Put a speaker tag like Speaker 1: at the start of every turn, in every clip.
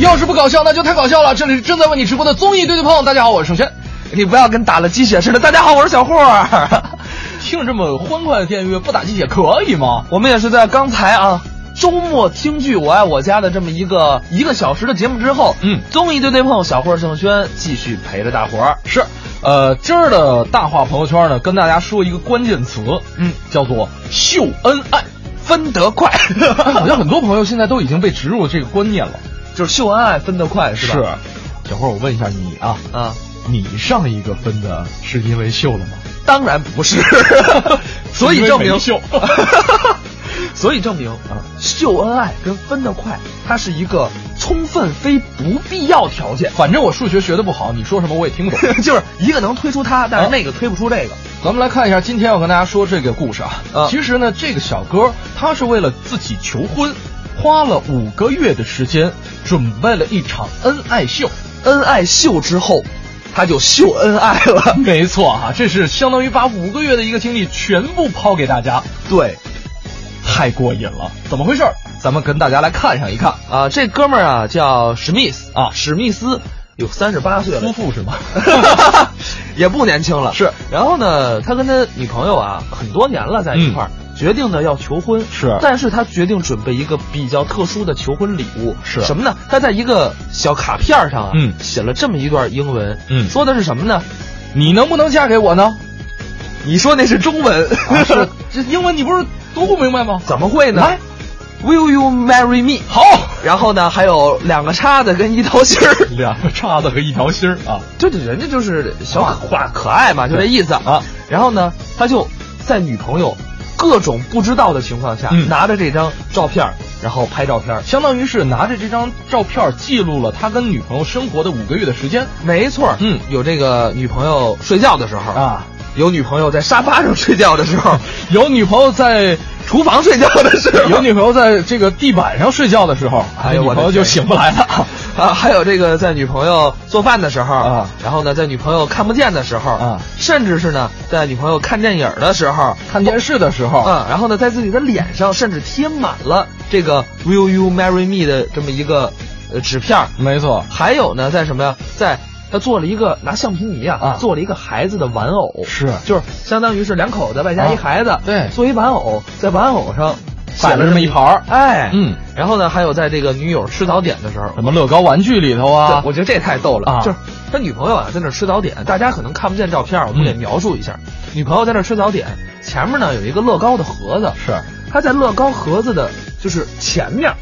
Speaker 1: 要是不搞笑，那就太搞笑了。这里是正在为你直播的综艺对对碰，大家好，我是盛轩。
Speaker 2: 你不要跟打了鸡血似的。大家好，我是小霍儿。
Speaker 1: 听着这么欢快的电乐，不打鸡血可以吗？
Speaker 2: 我们也是在刚才啊，周末听剧《我爱我家》的这么一个一个小时的节目之后，
Speaker 1: 嗯
Speaker 2: 综艺对对碰，小霍儿盛轩继续陪着大伙儿。
Speaker 1: 是，呃，今儿的大话朋友圈呢，跟大家说一个关键词，
Speaker 2: 嗯，
Speaker 1: 叫做秀恩爱。
Speaker 2: 分得快，
Speaker 1: 好像很多朋友现在都已经被植入这个观念了，
Speaker 2: 就是秀恩爱分得快是吧？
Speaker 1: 小慧，我问一下你啊，
Speaker 2: 是啊，
Speaker 1: 你上一个分的是因为秀了吗？
Speaker 2: 当然 不是，所以证
Speaker 1: 因为没
Speaker 2: 明
Speaker 1: 秀
Speaker 2: 所以证明啊，秀恩爱跟分得快，它是一个充分非不必要条件。
Speaker 1: 反正我数学学的不好，你说什么我也听不懂。
Speaker 2: 就是一个能推出它，但
Speaker 1: 啊
Speaker 2: 是那个推不出这个。
Speaker 1: 咱们来看一下，今天我跟大家说这个故事啊。
Speaker 2: 啊
Speaker 1: 其实呢，这个小哥他是为了自己求婚，花了五个月的时间准备了一场恩爱秀。
Speaker 2: 恩爱秀之后，他就秀恩爱了。
Speaker 1: 没错啊，这是相当于把五个月的一个精力全部抛给大家，
Speaker 2: 对，
Speaker 1: 太过瘾了。怎么回事儿？咱们跟大家来看上一看。
Speaker 2: 啊，这哥们儿啊叫史密斯
Speaker 1: 啊
Speaker 2: 史密斯有三十八岁
Speaker 1: 夫
Speaker 2: 了，
Speaker 1: 妇是吗？
Speaker 2: 也不年轻了。
Speaker 1: 是，
Speaker 2: 然后呢，他跟他女朋友啊很多年了在一块儿，决定呢要求婚。
Speaker 1: 嗯是
Speaker 2: 但是他决定准备一个比较特殊的求婚礼物。
Speaker 1: 是
Speaker 2: 什么呢？他在一个小卡片儿上啊，
Speaker 1: 嗯
Speaker 2: 写了这么一段英文，
Speaker 1: 嗯
Speaker 2: 说的是什么呢？
Speaker 1: 你能不能嫁给我呢？
Speaker 2: 你说那是中文，
Speaker 1: 啊是 这英文你不是读不明白吗？
Speaker 2: 怎么会呢
Speaker 1: 来
Speaker 2: ？Will you marry me？
Speaker 1: 好，
Speaker 2: 然后呢，还有两个叉子跟一条心儿。
Speaker 1: 两个叉子和一条心儿啊。
Speaker 2: 对对，人家就是小可画可爱嘛，就这意思
Speaker 1: 啊。
Speaker 2: 然后呢，他就在女朋友各种不知道的情况下，
Speaker 1: 嗯
Speaker 2: 拿着这张照片儿，然后拍照片儿。
Speaker 1: 相当于是拿着这张照片记录了他跟女朋友生活的五个月的时间
Speaker 2: 没错儿，
Speaker 1: 嗯
Speaker 2: 有这个女朋友睡觉的时候，
Speaker 1: 啊，
Speaker 2: 有女朋友在沙发上睡觉的时候，
Speaker 1: 有女朋友在
Speaker 2: 厨房睡觉的时 候，
Speaker 1: 有女朋友在这个地板上睡觉的时候，
Speaker 2: 哎呦
Speaker 1: 女
Speaker 2: 我的
Speaker 1: 朋友就
Speaker 2: 天
Speaker 1: 醒不来了。
Speaker 2: 啊，还有这个在女朋友做饭的时候
Speaker 1: 啊
Speaker 2: 然后呢，在女朋友看不见的时候
Speaker 1: 啊
Speaker 2: 甚至是呢，在女朋友看电影儿的时候，
Speaker 1: 看电视的时候，
Speaker 2: 嗯，然后呢，在自己的脸上甚至贴满了这个 “Will you marry me” 的这么一个呃纸片儿。
Speaker 1: 没错，
Speaker 2: 还有呢，在什么呀？在他做了一个拿橡皮泥啊，
Speaker 1: 啊
Speaker 2: 做了一个孩子的玩偶，
Speaker 1: 是
Speaker 2: 就是相当于是两口子外加一
Speaker 1: 啊
Speaker 2: 孩子，
Speaker 1: 对
Speaker 2: 做一玩偶，在玩偶上写
Speaker 1: 摆了这么一盘儿
Speaker 2: 哎，
Speaker 1: 嗯，
Speaker 2: 然后呢，还有在这个女友吃早点的时候，
Speaker 1: 什么乐高玩具里头
Speaker 2: 对
Speaker 1: 啊，
Speaker 2: 我觉得这太逗了，
Speaker 1: 啊
Speaker 2: 就是他女朋友啊在那儿吃早点，大家可能看不见照片，我
Speaker 1: 嗯
Speaker 2: 们给描述一下，女朋友在那儿吃早点，前面呢有一个乐高的盒子，
Speaker 1: 是，
Speaker 2: 他在乐高盒子的就是前面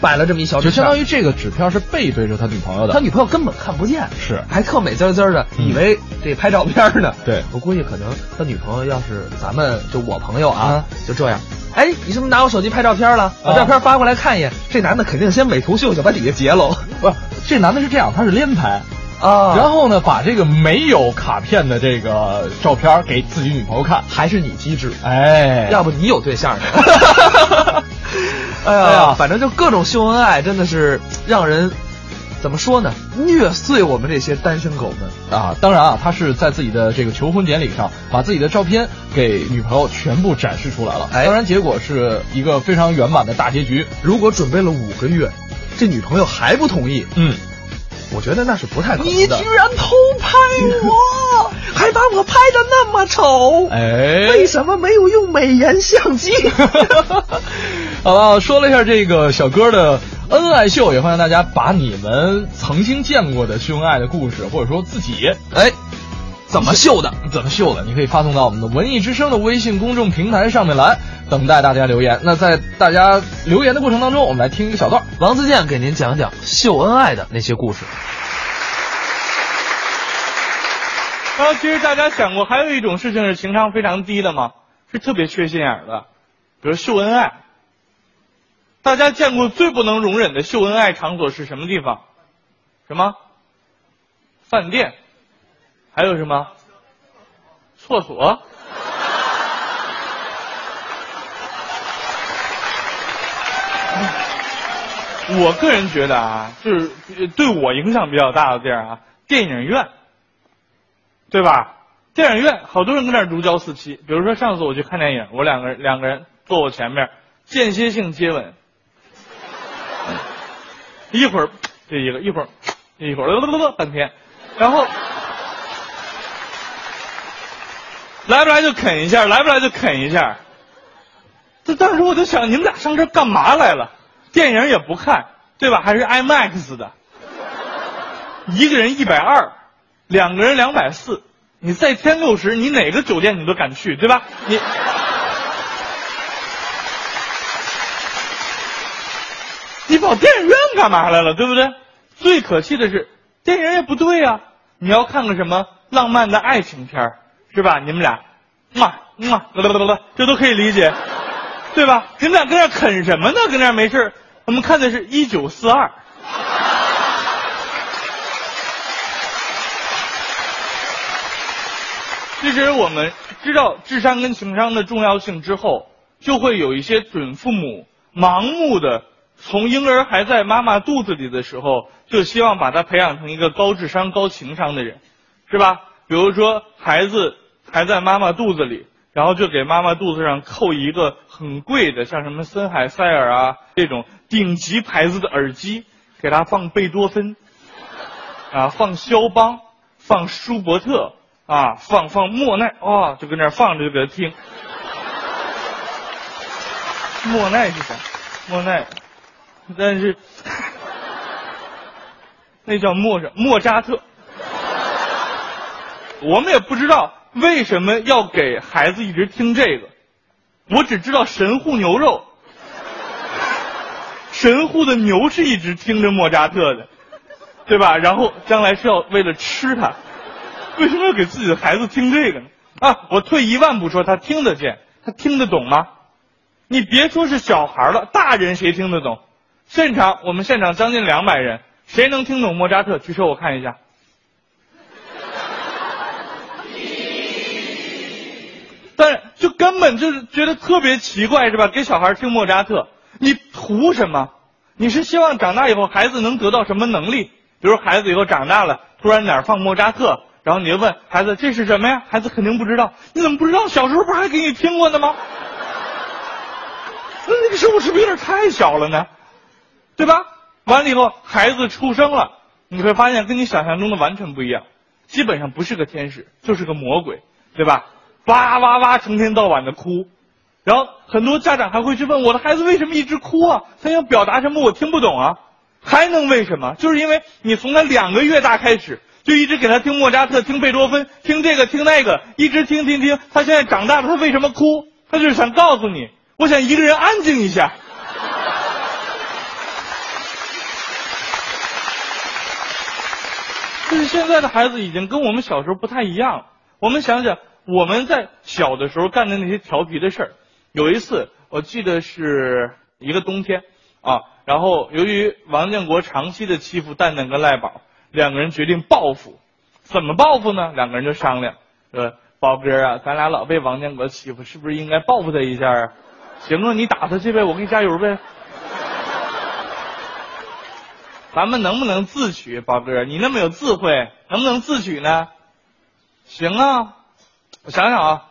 Speaker 2: 摆了这么一小纸
Speaker 1: 就相
Speaker 2: 片，
Speaker 1: 当于这个纸片是背对着他女朋友
Speaker 2: 他
Speaker 1: 的。
Speaker 2: 女朋友根本看不见，
Speaker 1: 是
Speaker 2: 还特美滋滋的，
Speaker 1: 嗯
Speaker 2: 以为这拍照片呢。
Speaker 1: 对
Speaker 2: 我估计可能他女朋友要是咱们就我朋友啊
Speaker 1: 啊，
Speaker 2: 就这样。哎，你是不是拿我手机拍照片了？把
Speaker 1: 啊
Speaker 2: 照片发过来看一眼，这男的肯定先美图秀秀把底下截 喽。
Speaker 1: 不是，这男的是这样，他是连拍，
Speaker 2: 啊然
Speaker 1: 然
Speaker 2: 后
Speaker 1: 后呢，把这个没有卡片的这个照片给自己女朋友看。
Speaker 2: 还是你机智，
Speaker 1: 哎，
Speaker 2: 要不你有对象呢？
Speaker 1: 哎
Speaker 2: 哎
Speaker 1: 呀
Speaker 2: 呀，反正就各种秀恩爱，真的是让人怎么说呢？虐碎我们这些单身狗们。
Speaker 1: 啊，当然啊，他是在自己的这个求婚典礼上，把自己的照片给女朋友全部展示出来了。
Speaker 2: 哎
Speaker 1: 当然结果是一个非常圆满的大结局。
Speaker 2: 如果准备了五个月，这女朋友还不同意，
Speaker 1: 嗯，
Speaker 2: 我觉得那是不太可能的。
Speaker 1: 然偷拍
Speaker 2: 我，还把我拍的那么丑，
Speaker 1: 哎，
Speaker 2: 为什么没有用美颜相机？
Speaker 1: 好了，说了一下这个小哥的恩爱秀，也欢迎大家把你们曾经见过的秀恩爱的故事，或者说自己
Speaker 2: 哎，怎么秀的？
Speaker 1: 怎么秀的，你可以发送到我们的文艺之声的微信公众平台上面来，等待大家留言。那在大家留言的过程当中，我们来听一个小段儿。
Speaker 2: 王自健给您讲讲秀恩爱的那些故事。
Speaker 3: 然后其实大家想过，还有一种事情是情商非常低的吗？是特别缺心眼儿的，比如秀恩爱。大家见过最不能容忍的秀恩爱场所是什么地方？什么？饭店？还有什么？厕所？ 我个人觉得啊，就是呃对我影响比较大的地儿啊，电影院。对吧？电影院好多人跟那儿如胶似漆。比如说上次我去看电影，我两个人两个人坐我前面，间歇性接吻，
Speaker 1: 一会儿这一个，一会儿这一会儿，啰啰啰半天，然后来不来就啃一下，来不来就啃一下。这当时我就想，你们俩上这儿干嘛来了？电影也不看，对吧？还是 IMAX 的，一个人一百二，两个人两百四，你再添六十，你哪个酒店你都敢去，对吧？你。你跑电影院干嘛来了？对不对？最可气的是，电影也不对呀、你要看个什么浪漫的爱情片儿是吧？你们俩，嘛嘛，啦啦啦啦，这都可以理解，对吧？你们俩跟那儿啃什么呢？跟那儿没事儿我们看的是《一九四二》。其实我们知道智商跟情商的重要性之后，就会有一些准父母盲目的从婴儿还在妈妈肚子里的时候，就希望把他培养成一个高智商、高情商的人，是吧？比如说孩子还在妈妈肚子里，然后就给妈妈肚子上扣一个很贵的，像什么森海塞尔啊这种顶级牌子的耳机，给他放贝多芬。啊，放肖邦，放舒伯特，啊，放放莫奈，哦，就跟那儿放着就给他听。莫奈是啥？莫奈，但是那叫莫什莫扎特。我们也不知道为什么要给孩子一直听这个，我只知道神户牛肉神户的牛是一直听着莫扎特的，对吧？然后将来是要为了吃它，为什么要给自己的孩子听这个呢？啊，我退一万步说，他听得见，他听得懂吗？你别说是小孩了，大人谁听得懂？现场我们现场将近两百人，谁能听懂莫扎特？举手我看一下。 但是就根本就是觉得特别奇怪，是吧？给小孩听莫扎特，你图什么？你是希望长大以后孩子能得到什么能力？比如孩子以后长大了，突然哪儿放莫扎特，然后你就问孩子这是什么呀？孩子肯定不知道，你怎么不知道？小时候不是还给你听过呢吗？ 那那个时候是不是有点太小了呢？对吧？完了以后，孩子出生了，你会发现跟你想象中的完全不一样，基本上不是个天使，就是个魔鬼，对吧？哇哇哇，成天到晚的哭，然后很多家长还会去问我的孩子为什么一直哭啊？他想表达什么我听不懂啊？还能为什么？就是因为你从他两个月大开始。就一直给他听莫扎特、听贝多芬、听这个、听那个，一直听听听。他现在长大了，他为什么哭？他就是想告诉你，我想一个人安静一下。 就是现在的孩子已经跟我们小时候不太一样了。我们想想，我们在小的时候干的那些调皮的事儿。有一次，我记得是一个冬天啊，然后由于王建国长期的欺负蛋蛋跟赖宝，两个人决定报复。怎么报复呢？两个人就商量，说：“宝哥啊，咱俩老被王建国欺负，是不是应该报复他一下啊？”行啊，你打他去呗，我给你加油呗。咱们能不能自取，宝哥？你那么有智慧，能不能自取呢？行啊，我想想啊，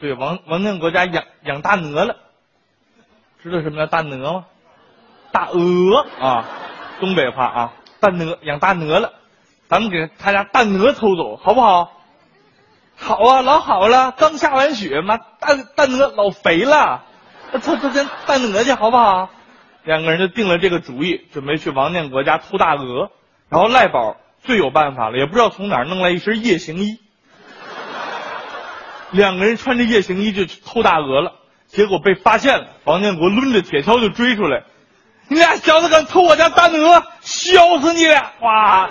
Speaker 1: 对，王王建国家养养大鹅了，知道什么叫大鹅吗？大鹅啊，东北话啊，大鹅养大鹅了，咱们给他家大鹅偷走，好不好？好啊，老好了，刚下完雪嘛，大大鹅老肥了，那偷偷咱大鹅去好不好？两个人就定了这个主意，准备去王建国家偷大鹅。然后赖宝最有办法了，也不知道从哪儿弄来一身夜行衣，两个人穿着夜行衣就去偷大鹅了，结果被发现了。王建国抡着铁锹就追出来，你俩小子敢偷我家大鹅，削死你俩！哇，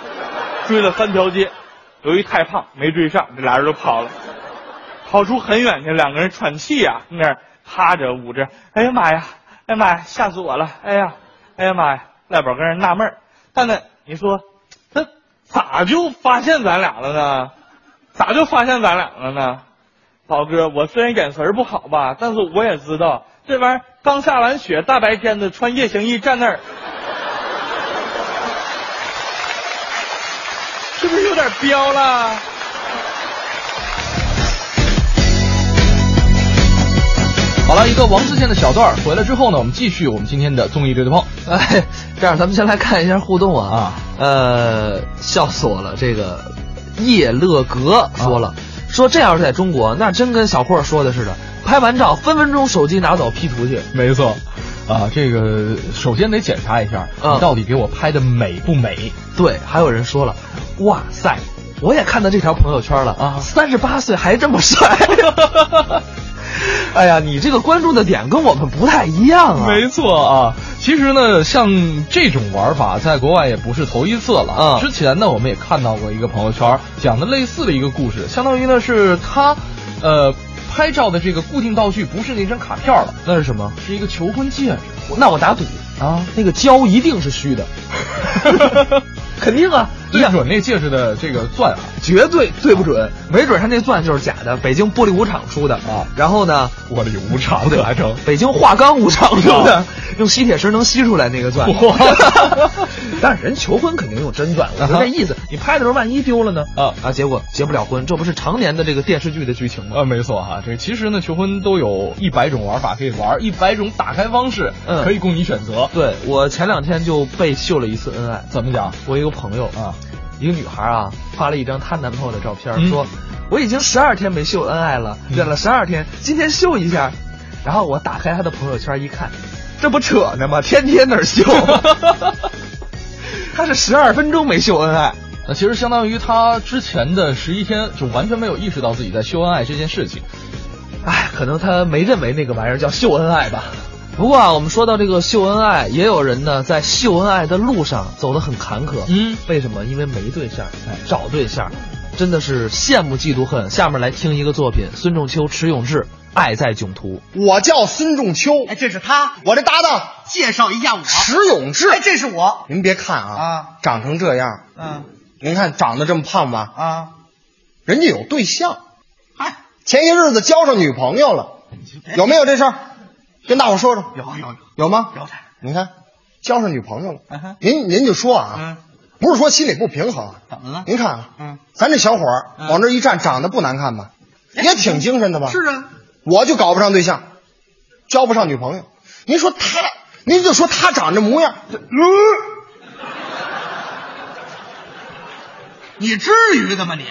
Speaker 1: 追了三条街，由于太胖没追上，这俩人就跑了。跑出很远去，两个人喘气呀、那儿趴着捂着，哎呀妈呀，哎呀妈呀，吓死我了！哎呀，哎呀妈呀！赖宝跟人纳闷儿，蛋蛋，你说他咋就发现咱俩了呢？咋就发现咱俩了呢？宝哥，我虽然眼神儿不好吧，但是我也知道这玩意儿刚下完雪，大白天的穿夜行衣站那儿，是不是有点彪了？
Speaker 4: 好了，一个王自健的小段儿，回来之后呢，我们继续我们今天的综艺对对碰。
Speaker 2: 哎，这样咱们先来看一下互动啊
Speaker 4: 啊，
Speaker 2: 呃，笑死我了，这个叶乐格说了，说这要是在中国，那真跟小霍说的似的，拍完照分分钟手机拿走 P 图去。
Speaker 4: 没错，啊，这个首先得检查一下，
Speaker 2: 嗯
Speaker 4: 你到底给我拍的美不美？
Speaker 2: 对，还有人说了，哇塞，我也看到这条朋友圈了
Speaker 4: 啊
Speaker 2: 三十八岁还这么帅。 哎呀，你这个关注的点跟我们不太一样啊。
Speaker 4: 没错啊，其实呢，像这种玩法在国外也不是头一次了。
Speaker 2: 嗯
Speaker 4: 之前呢，我们也看到过一个朋友圈讲的类似的一个故事，相当于呢是他，呃，拍照的这个固定道具不是那张卡片了，
Speaker 2: 那是什么？
Speaker 4: 是一个求婚戒指
Speaker 2: 那我打赌，
Speaker 4: 啊。
Speaker 2: 那个胶一定是虚 的，肯定啊，
Speaker 4: 对准那戒指的这个钻啊，
Speaker 2: 绝对对不准，没准他那钻就是假的，北京玻璃五厂出的
Speaker 4: 啊
Speaker 2: 然后呢，
Speaker 4: 我的无常可还成。
Speaker 2: 北京化钢五厂出的
Speaker 4: 啊，
Speaker 2: 用吸铁石能吸出来那个钻
Speaker 4: 哇。
Speaker 2: 但是人求婚肯定用真钻，我
Speaker 4: 啊
Speaker 2: 说
Speaker 4: 哈
Speaker 2: 这意思， 你拍的时候万一丢了呢？
Speaker 4: 啊
Speaker 2: 啊，结果结不了婚，这不是常年的这个电视剧的剧情吗？
Speaker 4: 呃，没错哈、这其实呢，求婚都有一百种玩法可以玩，一百种打开方式，
Speaker 2: 嗯
Speaker 4: 可以供你选择。
Speaker 2: 对我前两天就被秀了一次恩爱，
Speaker 4: 怎么讲
Speaker 2: 我一个朋友
Speaker 4: 啊？
Speaker 2: 一个女孩啊，发了一张她男朋友的照片，
Speaker 4: 嗯
Speaker 2: 说我已经十二天没秀恩爱了，
Speaker 4: 嗯
Speaker 2: 忍了十二天，今天秀一下。然后我打开她的朋友圈一看，这不扯呢吗？天天那 儿秀，她是十二分钟没秀恩爱。
Speaker 4: 那其实相当于他之前的十一天就完全没有意识到自己在秀恩爱这件事情。
Speaker 2: 哎，可能她没认为那个玩意儿叫秀恩爱吧。不过啊，我们说到这个秀恩爱，也有人呢在秀恩爱的路上走得很坎坷。
Speaker 4: 嗯
Speaker 2: 为什么？因为没对象，找对象，真的是羡慕嫉妒恨。下面来听一个作品，孙仲秋、迟永志，《爱在囧途》。
Speaker 5: 我叫孙仲秋，
Speaker 6: 哎，这是他，
Speaker 5: 我的搭档
Speaker 6: 介绍一下我。
Speaker 5: 石永志。
Speaker 6: 哎，这是我。
Speaker 5: 您别看啊，
Speaker 6: 啊
Speaker 5: 长成这样，
Speaker 6: 嗯
Speaker 5: 您看长得这么胖吧，
Speaker 6: 啊，
Speaker 5: 人家有对象，
Speaker 6: 嗨，
Speaker 5: 前些日子交上女朋友了，有没有这事儿？跟大伙说说，
Speaker 6: 有有有
Speaker 5: 有吗？
Speaker 6: 有的。
Speaker 5: 您看，交上女朋友了，
Speaker 6: 嗯哼
Speaker 5: 您您就说啊，
Speaker 6: 嗯，
Speaker 5: 不是说心里不平衡，
Speaker 6: 怎么了？
Speaker 5: 您看啊，
Speaker 6: 嗯，
Speaker 5: 咱这小伙儿、
Speaker 6: 嗯
Speaker 5: 往这一站，长得不难看吧？
Speaker 6: 哎
Speaker 5: 也挺精神的吧？
Speaker 6: 是啊，
Speaker 5: 我就搞不上对象，交不上女朋友。您说他，您就说他长这模样，
Speaker 6: 呃
Speaker 5: 嗯，
Speaker 6: 你至于的吗你？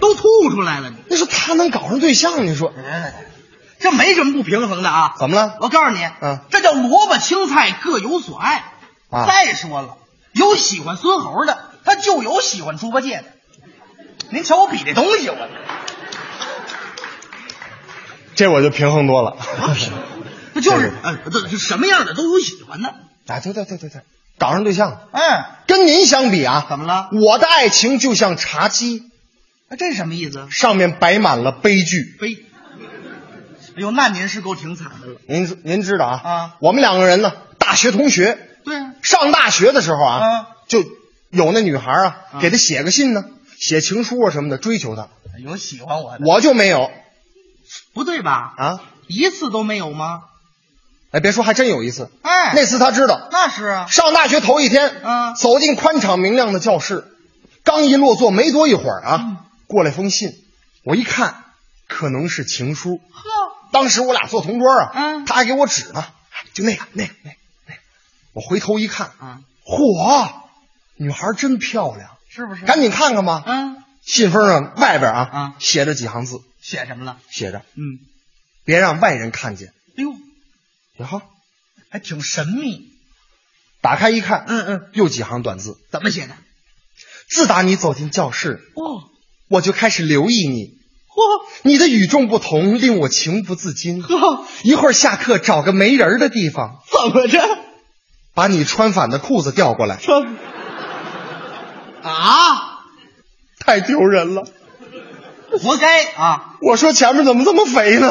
Speaker 6: 都吐出来了你。
Speaker 5: 您说他能搞上对象？您说
Speaker 6: 哎，这没什么不平衡的啊。
Speaker 5: 怎么了？
Speaker 6: 我告诉你，
Speaker 5: 嗯
Speaker 6: 这叫萝卜青菜各有所爱。
Speaker 5: 啊
Speaker 6: 再说了，有喜欢孙猴的，他就有喜欢猪八戒的。您瞧我比这东西，我
Speaker 5: 这我就平衡多了。
Speaker 6: 我比，这就
Speaker 5: 对
Speaker 6: 是
Speaker 5: 对，
Speaker 6: 嗯，这这什么样的都有喜欢的。
Speaker 5: 啊，对对对对对，搞上对象了。
Speaker 6: 哎，
Speaker 5: 跟您相比啊，
Speaker 6: 怎么了
Speaker 5: 我的爱情就像茶几，
Speaker 6: 这什么意思？
Speaker 5: 上面摆满了悲剧。
Speaker 6: 非，哎呦，那您是够挺惨的了。
Speaker 5: 您知您知道啊？
Speaker 6: 啊，
Speaker 5: 我们两个人呢，大学同学，
Speaker 6: 对啊，
Speaker 5: 上大学的时候啊，
Speaker 6: 啊
Speaker 5: 就有那女孩啊，
Speaker 6: 啊
Speaker 5: 给他写个信呢，写情书啊什么的，追求他，
Speaker 6: 有喜欢我的，
Speaker 5: 我就没有
Speaker 6: 不对吧？
Speaker 5: 啊。
Speaker 6: 一次都没有吗？
Speaker 5: 哎，别说，还真有一次，
Speaker 6: 哎，
Speaker 5: 那次他知道，
Speaker 6: 那是啊，
Speaker 5: 上大学头一天，
Speaker 6: 啊
Speaker 5: 走进宽敞明亮的教室，刚一落座没多一会儿啊，
Speaker 6: 嗯
Speaker 5: 过来封信，我一看，可能是情书。
Speaker 6: 呵，
Speaker 5: 当时我俩坐同桌啊，
Speaker 6: 嗯
Speaker 5: 他还给我指呢，就那个那个那个那个，我回头一看，
Speaker 6: 啊，
Speaker 5: 嚯，女孩真漂亮，
Speaker 6: 是不是？
Speaker 5: 赶紧看看吧。
Speaker 6: 嗯，
Speaker 5: 信封上外边啊，
Speaker 6: 啊
Speaker 5: 写着几行字，
Speaker 6: 写什么了？
Speaker 5: 写着
Speaker 6: 嗯，
Speaker 5: 别让外人看见。
Speaker 6: 哎呦，
Speaker 5: 然后
Speaker 6: 还挺神秘。
Speaker 5: 打开一看，
Speaker 6: 嗯嗯，
Speaker 5: 又几行短字。
Speaker 6: 怎么写的？
Speaker 5: 自打你走进教室，
Speaker 6: 哦，
Speaker 5: 我就开始留意你，
Speaker 6: 嚯，
Speaker 5: 你的与众不同令我情不自禁。
Speaker 6: 呵，
Speaker 5: 一会儿下课找个没人儿的地方，
Speaker 6: 怎么着？
Speaker 5: 把你穿反的裤子调过来，
Speaker 6: 啊，
Speaker 5: 太丢人了。
Speaker 6: 活该啊！
Speaker 5: 我说前面怎么这么肥呢？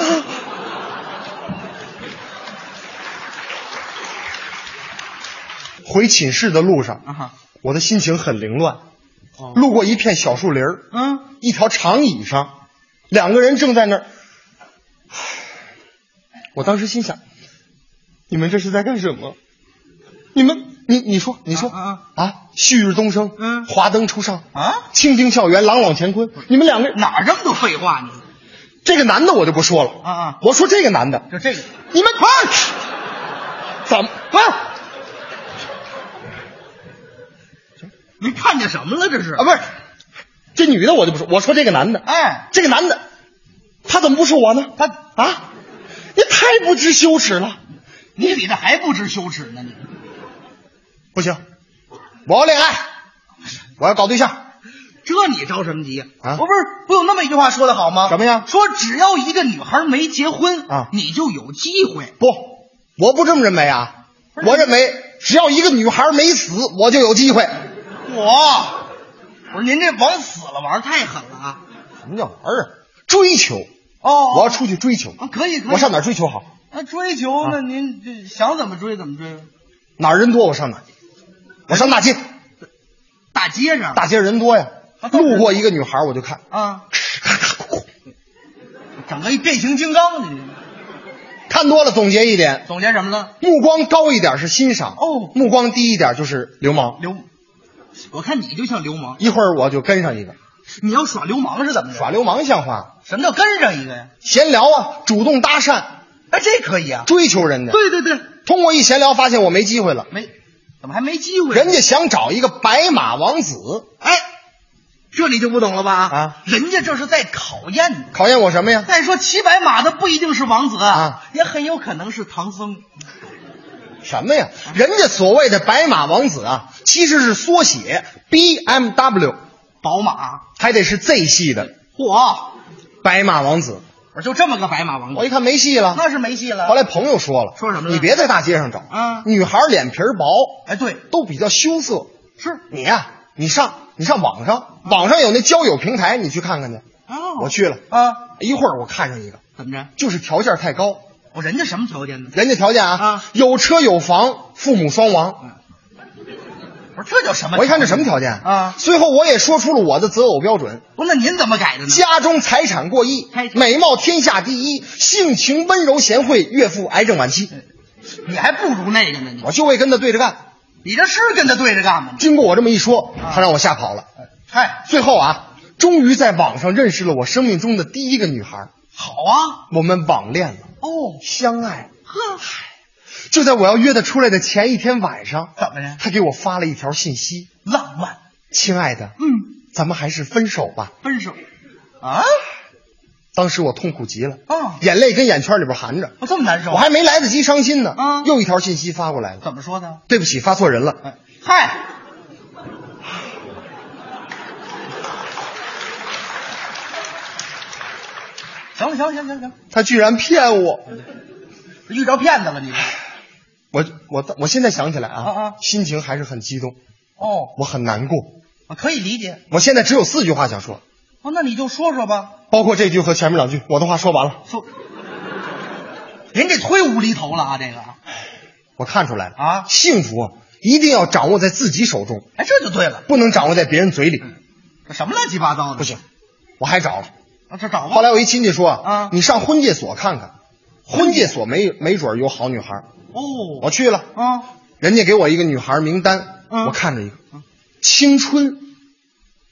Speaker 5: 回寝室的路上，
Speaker 6: 啊哈，
Speaker 5: 我的心情很凌乱。
Speaker 6: 哦
Speaker 5: 路过一片小树林儿，
Speaker 6: 嗯，
Speaker 5: 一条长椅上，两个人正在那儿。唉我当时心想，你们这是在干什么？你们，你你说，你说
Speaker 6: 啊
Speaker 5: 啊，旭日东升，
Speaker 6: 嗯
Speaker 5: 华灯初上
Speaker 6: 啊
Speaker 5: 清清校园，朗朗乾坤。你们两个人
Speaker 6: 哪儿这么多废话呢？
Speaker 5: 这个男的我就不说了
Speaker 6: 啊啊
Speaker 5: 我说这个男的，
Speaker 6: 就这个，
Speaker 5: 你们快，怎么不是啊？
Speaker 6: 您看见什么了？这是？
Speaker 5: 啊不是，这女的我就不说，我说这个男的，
Speaker 6: 哎，
Speaker 5: 这个男的，他怎么不说我呢？
Speaker 6: 他
Speaker 5: 啊，你太不知羞耻了！
Speaker 6: 你比这还不知羞耻呢！你
Speaker 5: 不行，我要恋爱，我要搞对象。
Speaker 6: 这你着什么急呀？
Speaker 5: 啊
Speaker 6: 我不是不有那么一句话说的好吗？
Speaker 5: 什么呀
Speaker 6: 说只要一个女孩没结婚
Speaker 5: 啊
Speaker 6: 你就有机会。
Speaker 5: 不，我不这么认为啊，我认为只要一个女孩没死，我就有机会。
Speaker 6: 我，我说您这往死了玩太狠了啊！
Speaker 5: 什么叫玩儿啊？追求，
Speaker 6: 哦
Speaker 5: 我要出去追求。
Speaker 6: 啊可以可以，
Speaker 5: 我上哪儿追求好？
Speaker 6: 啊追求呢？您这想怎么追怎么追，
Speaker 5: 哪儿人多我上哪儿，我上大街，
Speaker 6: 大街上
Speaker 5: 大街人多呀
Speaker 6: 啊。当然
Speaker 5: 路过一个女孩，我就看，
Speaker 6: 啊，
Speaker 5: 看
Speaker 6: 整个一变形金刚，你
Speaker 5: 多了总结一点，
Speaker 6: 总结什么了？
Speaker 5: 目光高一点是欣赏，
Speaker 6: 哦
Speaker 5: 目光低一点就是流氓。
Speaker 6: 流，我看你就像流氓，
Speaker 5: 一会儿我就跟上一个，
Speaker 6: 你要耍流氓是怎么着？
Speaker 5: 耍流氓像话？
Speaker 6: 什么叫跟上一个呀？
Speaker 5: 闲聊啊，主动搭讪，
Speaker 6: 哎，这可以啊！
Speaker 5: 追求人家。
Speaker 6: 对对对，
Speaker 5: 通过一闲聊，发现我没机会了。
Speaker 6: 没，怎么还没机会？
Speaker 5: 人家想找一个白马王子，
Speaker 6: 哎，这你就不懂了吧？
Speaker 5: 啊，
Speaker 6: 人家这是在考验你。
Speaker 5: 考验我什么呀？
Speaker 6: 再说骑白马的不一定是王子
Speaker 5: 啊，
Speaker 6: 也很有可能是唐僧。
Speaker 5: 什么呀？人家所谓的白马王子啊，其实是缩写 BMW，
Speaker 6: 宝马，
Speaker 5: 还得是 Z 系的
Speaker 6: 嚯！
Speaker 5: 白马王子。
Speaker 6: 我就这么个白马王
Speaker 5: 我
Speaker 6: 子，
Speaker 5: 一看没戏了，
Speaker 6: 那是没戏了。
Speaker 5: 后来朋友说了，
Speaker 6: 说什么了
Speaker 5: 你别在大街上找
Speaker 6: 啊
Speaker 5: 女孩脸皮儿薄，
Speaker 6: 哎，对，
Speaker 5: 都比较羞涩。
Speaker 6: 是
Speaker 5: 你呀、你上你上网上，网上有那交友平台，你去看看去。
Speaker 6: 啊
Speaker 5: 我去了，
Speaker 6: 啊，
Speaker 5: 一会儿我看上一个，
Speaker 6: 怎么着？
Speaker 5: 就是条件太高，
Speaker 6: 我人家什么条件呢？
Speaker 5: 人家条件啊，
Speaker 6: 啊嗯
Speaker 5: 有车有房，父母双亡。
Speaker 6: 我说这叫什么？
Speaker 5: 我一看这什么条件
Speaker 6: 啊
Speaker 5: 随后我也说出了我的择偶标准：
Speaker 6: 不是，那您怎么改的呢？
Speaker 5: 家中财产过亿
Speaker 6: 财，产
Speaker 5: 美貌天下第一，性情温柔贤惠，岳父癌症晚期。
Speaker 6: 嗯你还不如那个呢，你
Speaker 5: 我就会跟他对着干。
Speaker 6: 你这是跟他对着干吗？
Speaker 5: 经过我这么一说，
Speaker 6: 啊
Speaker 5: 他让我吓跑了。
Speaker 6: 嗨，
Speaker 5: 最后啊，终于在网上认识了我生命中的第一个女孩，
Speaker 6: 好啊，
Speaker 5: 我们网恋了，
Speaker 6: 哦，
Speaker 5: 相爱。
Speaker 6: 呵，
Speaker 5: 就在我要约她出来的前一天晚上，
Speaker 6: 怎么着？
Speaker 5: 她给我发了一条信息
Speaker 6: 浪漫，：“
Speaker 5: 亲爱的，
Speaker 6: 嗯，
Speaker 5: 咱们还是分手吧。
Speaker 6: 分手啊？”
Speaker 5: 当时我痛苦极了，
Speaker 6: 哦，
Speaker 5: 眼泪跟眼圈里边含着，
Speaker 6: 我这么难受？
Speaker 5: 我还没来得及伤心呢，
Speaker 6: 啊
Speaker 5: 又一条信息发过来了：“
Speaker 6: 怎么说的？
Speaker 5: 对不起，发错人了。”
Speaker 6: 哎，嗨，行了，行了，行了行了行了，
Speaker 5: 他居然骗我！
Speaker 6: 遇着骗子了你这。
Speaker 5: 我我我现在想起来
Speaker 6: 啊啊
Speaker 5: 心情还是很激动，
Speaker 6: 哦，
Speaker 5: 我很难过。
Speaker 6: 我可以理解。
Speaker 5: 我现在只有四句话想说，
Speaker 6: 哦，那你就说说吧。
Speaker 5: 包括这句和前面两句，我的话说完了，
Speaker 6: 说，人这忒无厘头了啊，这个。
Speaker 5: 我看出来了
Speaker 6: 啊
Speaker 5: 幸福啊一定要掌握在自己手中，
Speaker 6: 哎，这就对了，
Speaker 5: 不能掌握在别人嘴里，
Speaker 6: 这什么乱七八糟的？
Speaker 5: 不行。我还找了，
Speaker 6: 啊，这找吧。
Speaker 5: 后来我一亲戚说
Speaker 6: 啊
Speaker 5: 你上婚介所看看，婚介所没没准儿有好女孩儿。
Speaker 6: 哦，
Speaker 5: 我去了，
Speaker 6: 啊，
Speaker 5: 人家给我一个女孩名单，
Speaker 6: 嗯
Speaker 5: 我看着一个，青春，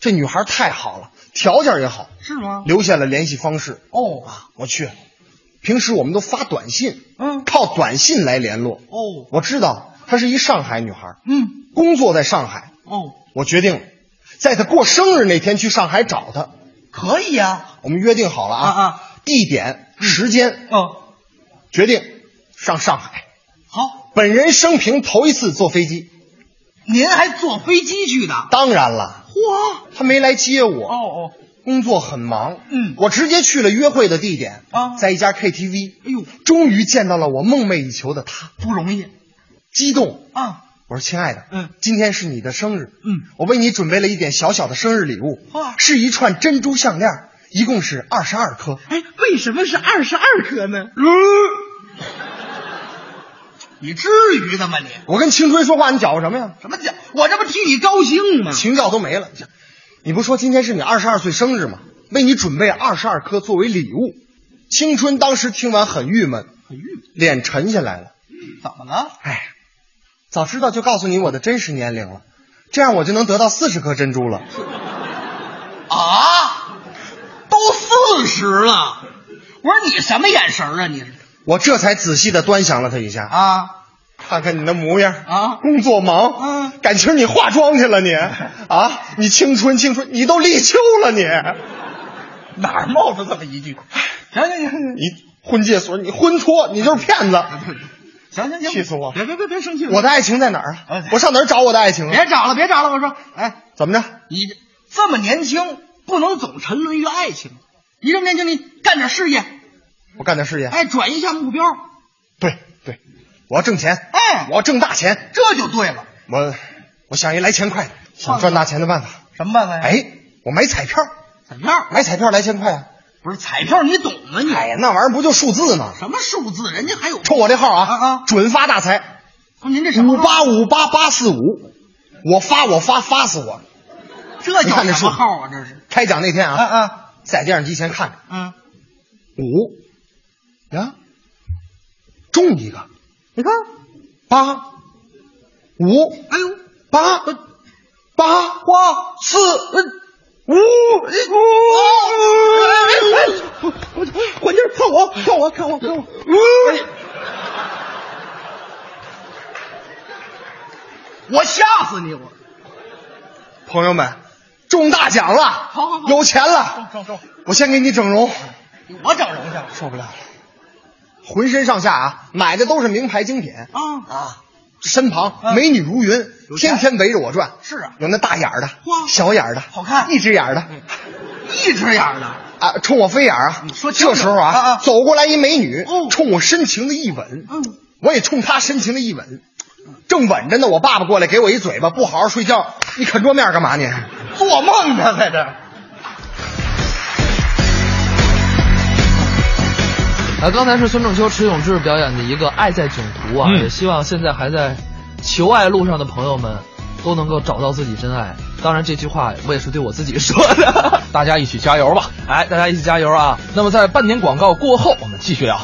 Speaker 5: 这女孩太好了，条件也好，
Speaker 6: 是吗？
Speaker 5: 留下了联系方式。
Speaker 6: 哦，
Speaker 5: 我去，平时我们都发短信，
Speaker 6: 嗯，
Speaker 5: 靠短信来联络。
Speaker 6: 哦，
Speaker 5: 我知道她是一上海女孩，
Speaker 6: 嗯，
Speaker 5: 工作在上海。
Speaker 6: 哦，
Speaker 5: 我决定了，在她过生日那天去上海找她。
Speaker 6: 可以呀。
Speaker 5: 我们约定好了啊，
Speaker 6: 啊啊
Speaker 5: 地点、时间，
Speaker 6: 哦，
Speaker 5: 决定上上海。
Speaker 6: 好，
Speaker 5: 本人生平头一次坐飞机，
Speaker 6: 您还坐飞机去的？
Speaker 5: 当然了，
Speaker 6: 嚯！
Speaker 5: 她没来接我，
Speaker 6: 哦哦，
Speaker 5: 工作很忙。
Speaker 6: 嗯
Speaker 5: 我直接去了约会的地点
Speaker 6: 啊
Speaker 5: 在一家 KTV，
Speaker 6: 哎呦，
Speaker 5: 终于见到了我梦寐以求的她，
Speaker 6: 不容易
Speaker 5: 激动。
Speaker 6: 啊。
Speaker 5: 我说：“亲爱的，
Speaker 6: 嗯，
Speaker 5: 今天是你的生日，
Speaker 6: 嗯，啊
Speaker 5: 我为你准备了一点小小的生日礼物，
Speaker 6: 哇
Speaker 5: 是一串珍珠项链，一共是二十二颗。
Speaker 6: 哎，为什么是二十二颗呢？呃你至于的吗你？
Speaker 5: 我跟青春说话，你搅和什么呀？
Speaker 6: 什么讲？我这不替你高兴吗？
Speaker 5: 情调都没了。你不说今天是你二十二岁生日吗？为你准备二十二颗作为礼物。”青春当时听完很郁闷，
Speaker 6: 很郁闷，
Speaker 5: 脸沉下来了。
Speaker 6: 怎么了？
Speaker 5: 哎，早知道就告诉你我的真实年龄了，这样我就能得到四十颗珍珠了。
Speaker 6: 啊，都四十了，我说你什么眼神儿啊？你是
Speaker 5: 我这才仔细的端详了他一下，
Speaker 6: 啊？
Speaker 5: 看看你那模样
Speaker 6: 啊
Speaker 5: 工作忙，
Speaker 6: 嗯
Speaker 5: 感情你化妆去了 你啊，你青春青春，你都立秋了你，
Speaker 6: 哪儿冒出这么一句？行行行行
Speaker 5: 你婚介所你婚托，你就是骗子。
Speaker 6: 行行行，
Speaker 5: 气死我
Speaker 6: 别别别别生气，
Speaker 5: 我的爱情在哪儿啊
Speaker 6: 哎？
Speaker 5: 我上哪儿找我的爱情啊？
Speaker 6: 别找了别找了。我说，哎，
Speaker 5: 怎么着？
Speaker 6: 你这么年轻，不能总沉沦于爱情。你这么年轻，你干点事业，
Speaker 5: 我干点事业。啊
Speaker 6: 哎，转移一下目标，
Speaker 5: 对对，我要挣钱。
Speaker 6: 哎
Speaker 5: 我要挣大钱。
Speaker 6: 这就对了。
Speaker 5: 我我想一来钱快的，想赚大钱的办法。
Speaker 6: 什么办法呀？，
Speaker 5: 哎，我买彩票，
Speaker 6: 彩票
Speaker 5: 买彩票来钱快啊！
Speaker 6: 不是彩票，你懂吗？你
Speaker 5: 哎呀，那玩意儿不就数字吗？
Speaker 6: 什么数字？人家还有
Speaker 5: 冲我这号啊
Speaker 6: 啊啊嗯
Speaker 5: 准发大财，
Speaker 6: 不是您这什
Speaker 5: 五
Speaker 6: 么号？啊
Speaker 5: 八五八八四五，我发我发发死我！
Speaker 6: 这
Speaker 5: 你
Speaker 6: 叫
Speaker 5: 看这
Speaker 6: 什
Speaker 5: 数
Speaker 6: 么号啊？这是
Speaker 5: 开奖那天啊，
Speaker 6: 啊
Speaker 5: 在电视机前看着
Speaker 6: 嗯，
Speaker 5: 五呀，中一个
Speaker 6: 你看，
Speaker 5: 八五
Speaker 6: 哎呦，
Speaker 5: 八八花四五五，管劲儿，看我，看我，看我，看我，
Speaker 6: 我吓死你！我
Speaker 5: 朋友们，中大奖了，好
Speaker 6: 好好
Speaker 5: 有钱了，
Speaker 6: 中中，
Speaker 5: 我先给你整容，
Speaker 6: 我整容去了
Speaker 5: 受不了了，浑身上下啊，买的都是名牌精品，
Speaker 6: 啊！
Speaker 5: 啊，身旁
Speaker 6: 嗯
Speaker 5: 美女如云，
Speaker 6: 有钱
Speaker 5: 天天围着我转。
Speaker 6: 是啊
Speaker 5: 有那大眼儿的
Speaker 6: 哇，
Speaker 5: 小眼儿的，
Speaker 6: 好看嗯
Speaker 5: 一只眼儿的，
Speaker 6: 一只眼儿的，
Speaker 5: 啊，冲我飞眼儿啊。
Speaker 6: 你说清楚
Speaker 5: 这时候啊，
Speaker 6: 啊啊
Speaker 5: 走过来一美女，
Speaker 6: 哦
Speaker 5: 冲我深情的一吻，
Speaker 6: 嗯，
Speaker 5: 我也冲她深情的一吻。正吻着呢，我爸爸过来给我一嘴巴，不好好睡觉，你啃桌面干嘛你？
Speaker 6: 做梦呢，在这。
Speaker 2: 啊，刚才是孙仲秋、迟永志表演的一个《爱在囧途》啊，
Speaker 4: 嗯
Speaker 2: 也希望现在还在求爱路上的朋友们都能够找到自己真爱。当然，这句话我也是对我自己说的。
Speaker 4: 大家一起加油吧！
Speaker 2: 哎，大家一起加油啊！
Speaker 4: 那么在半年广告过后，我们继续聊。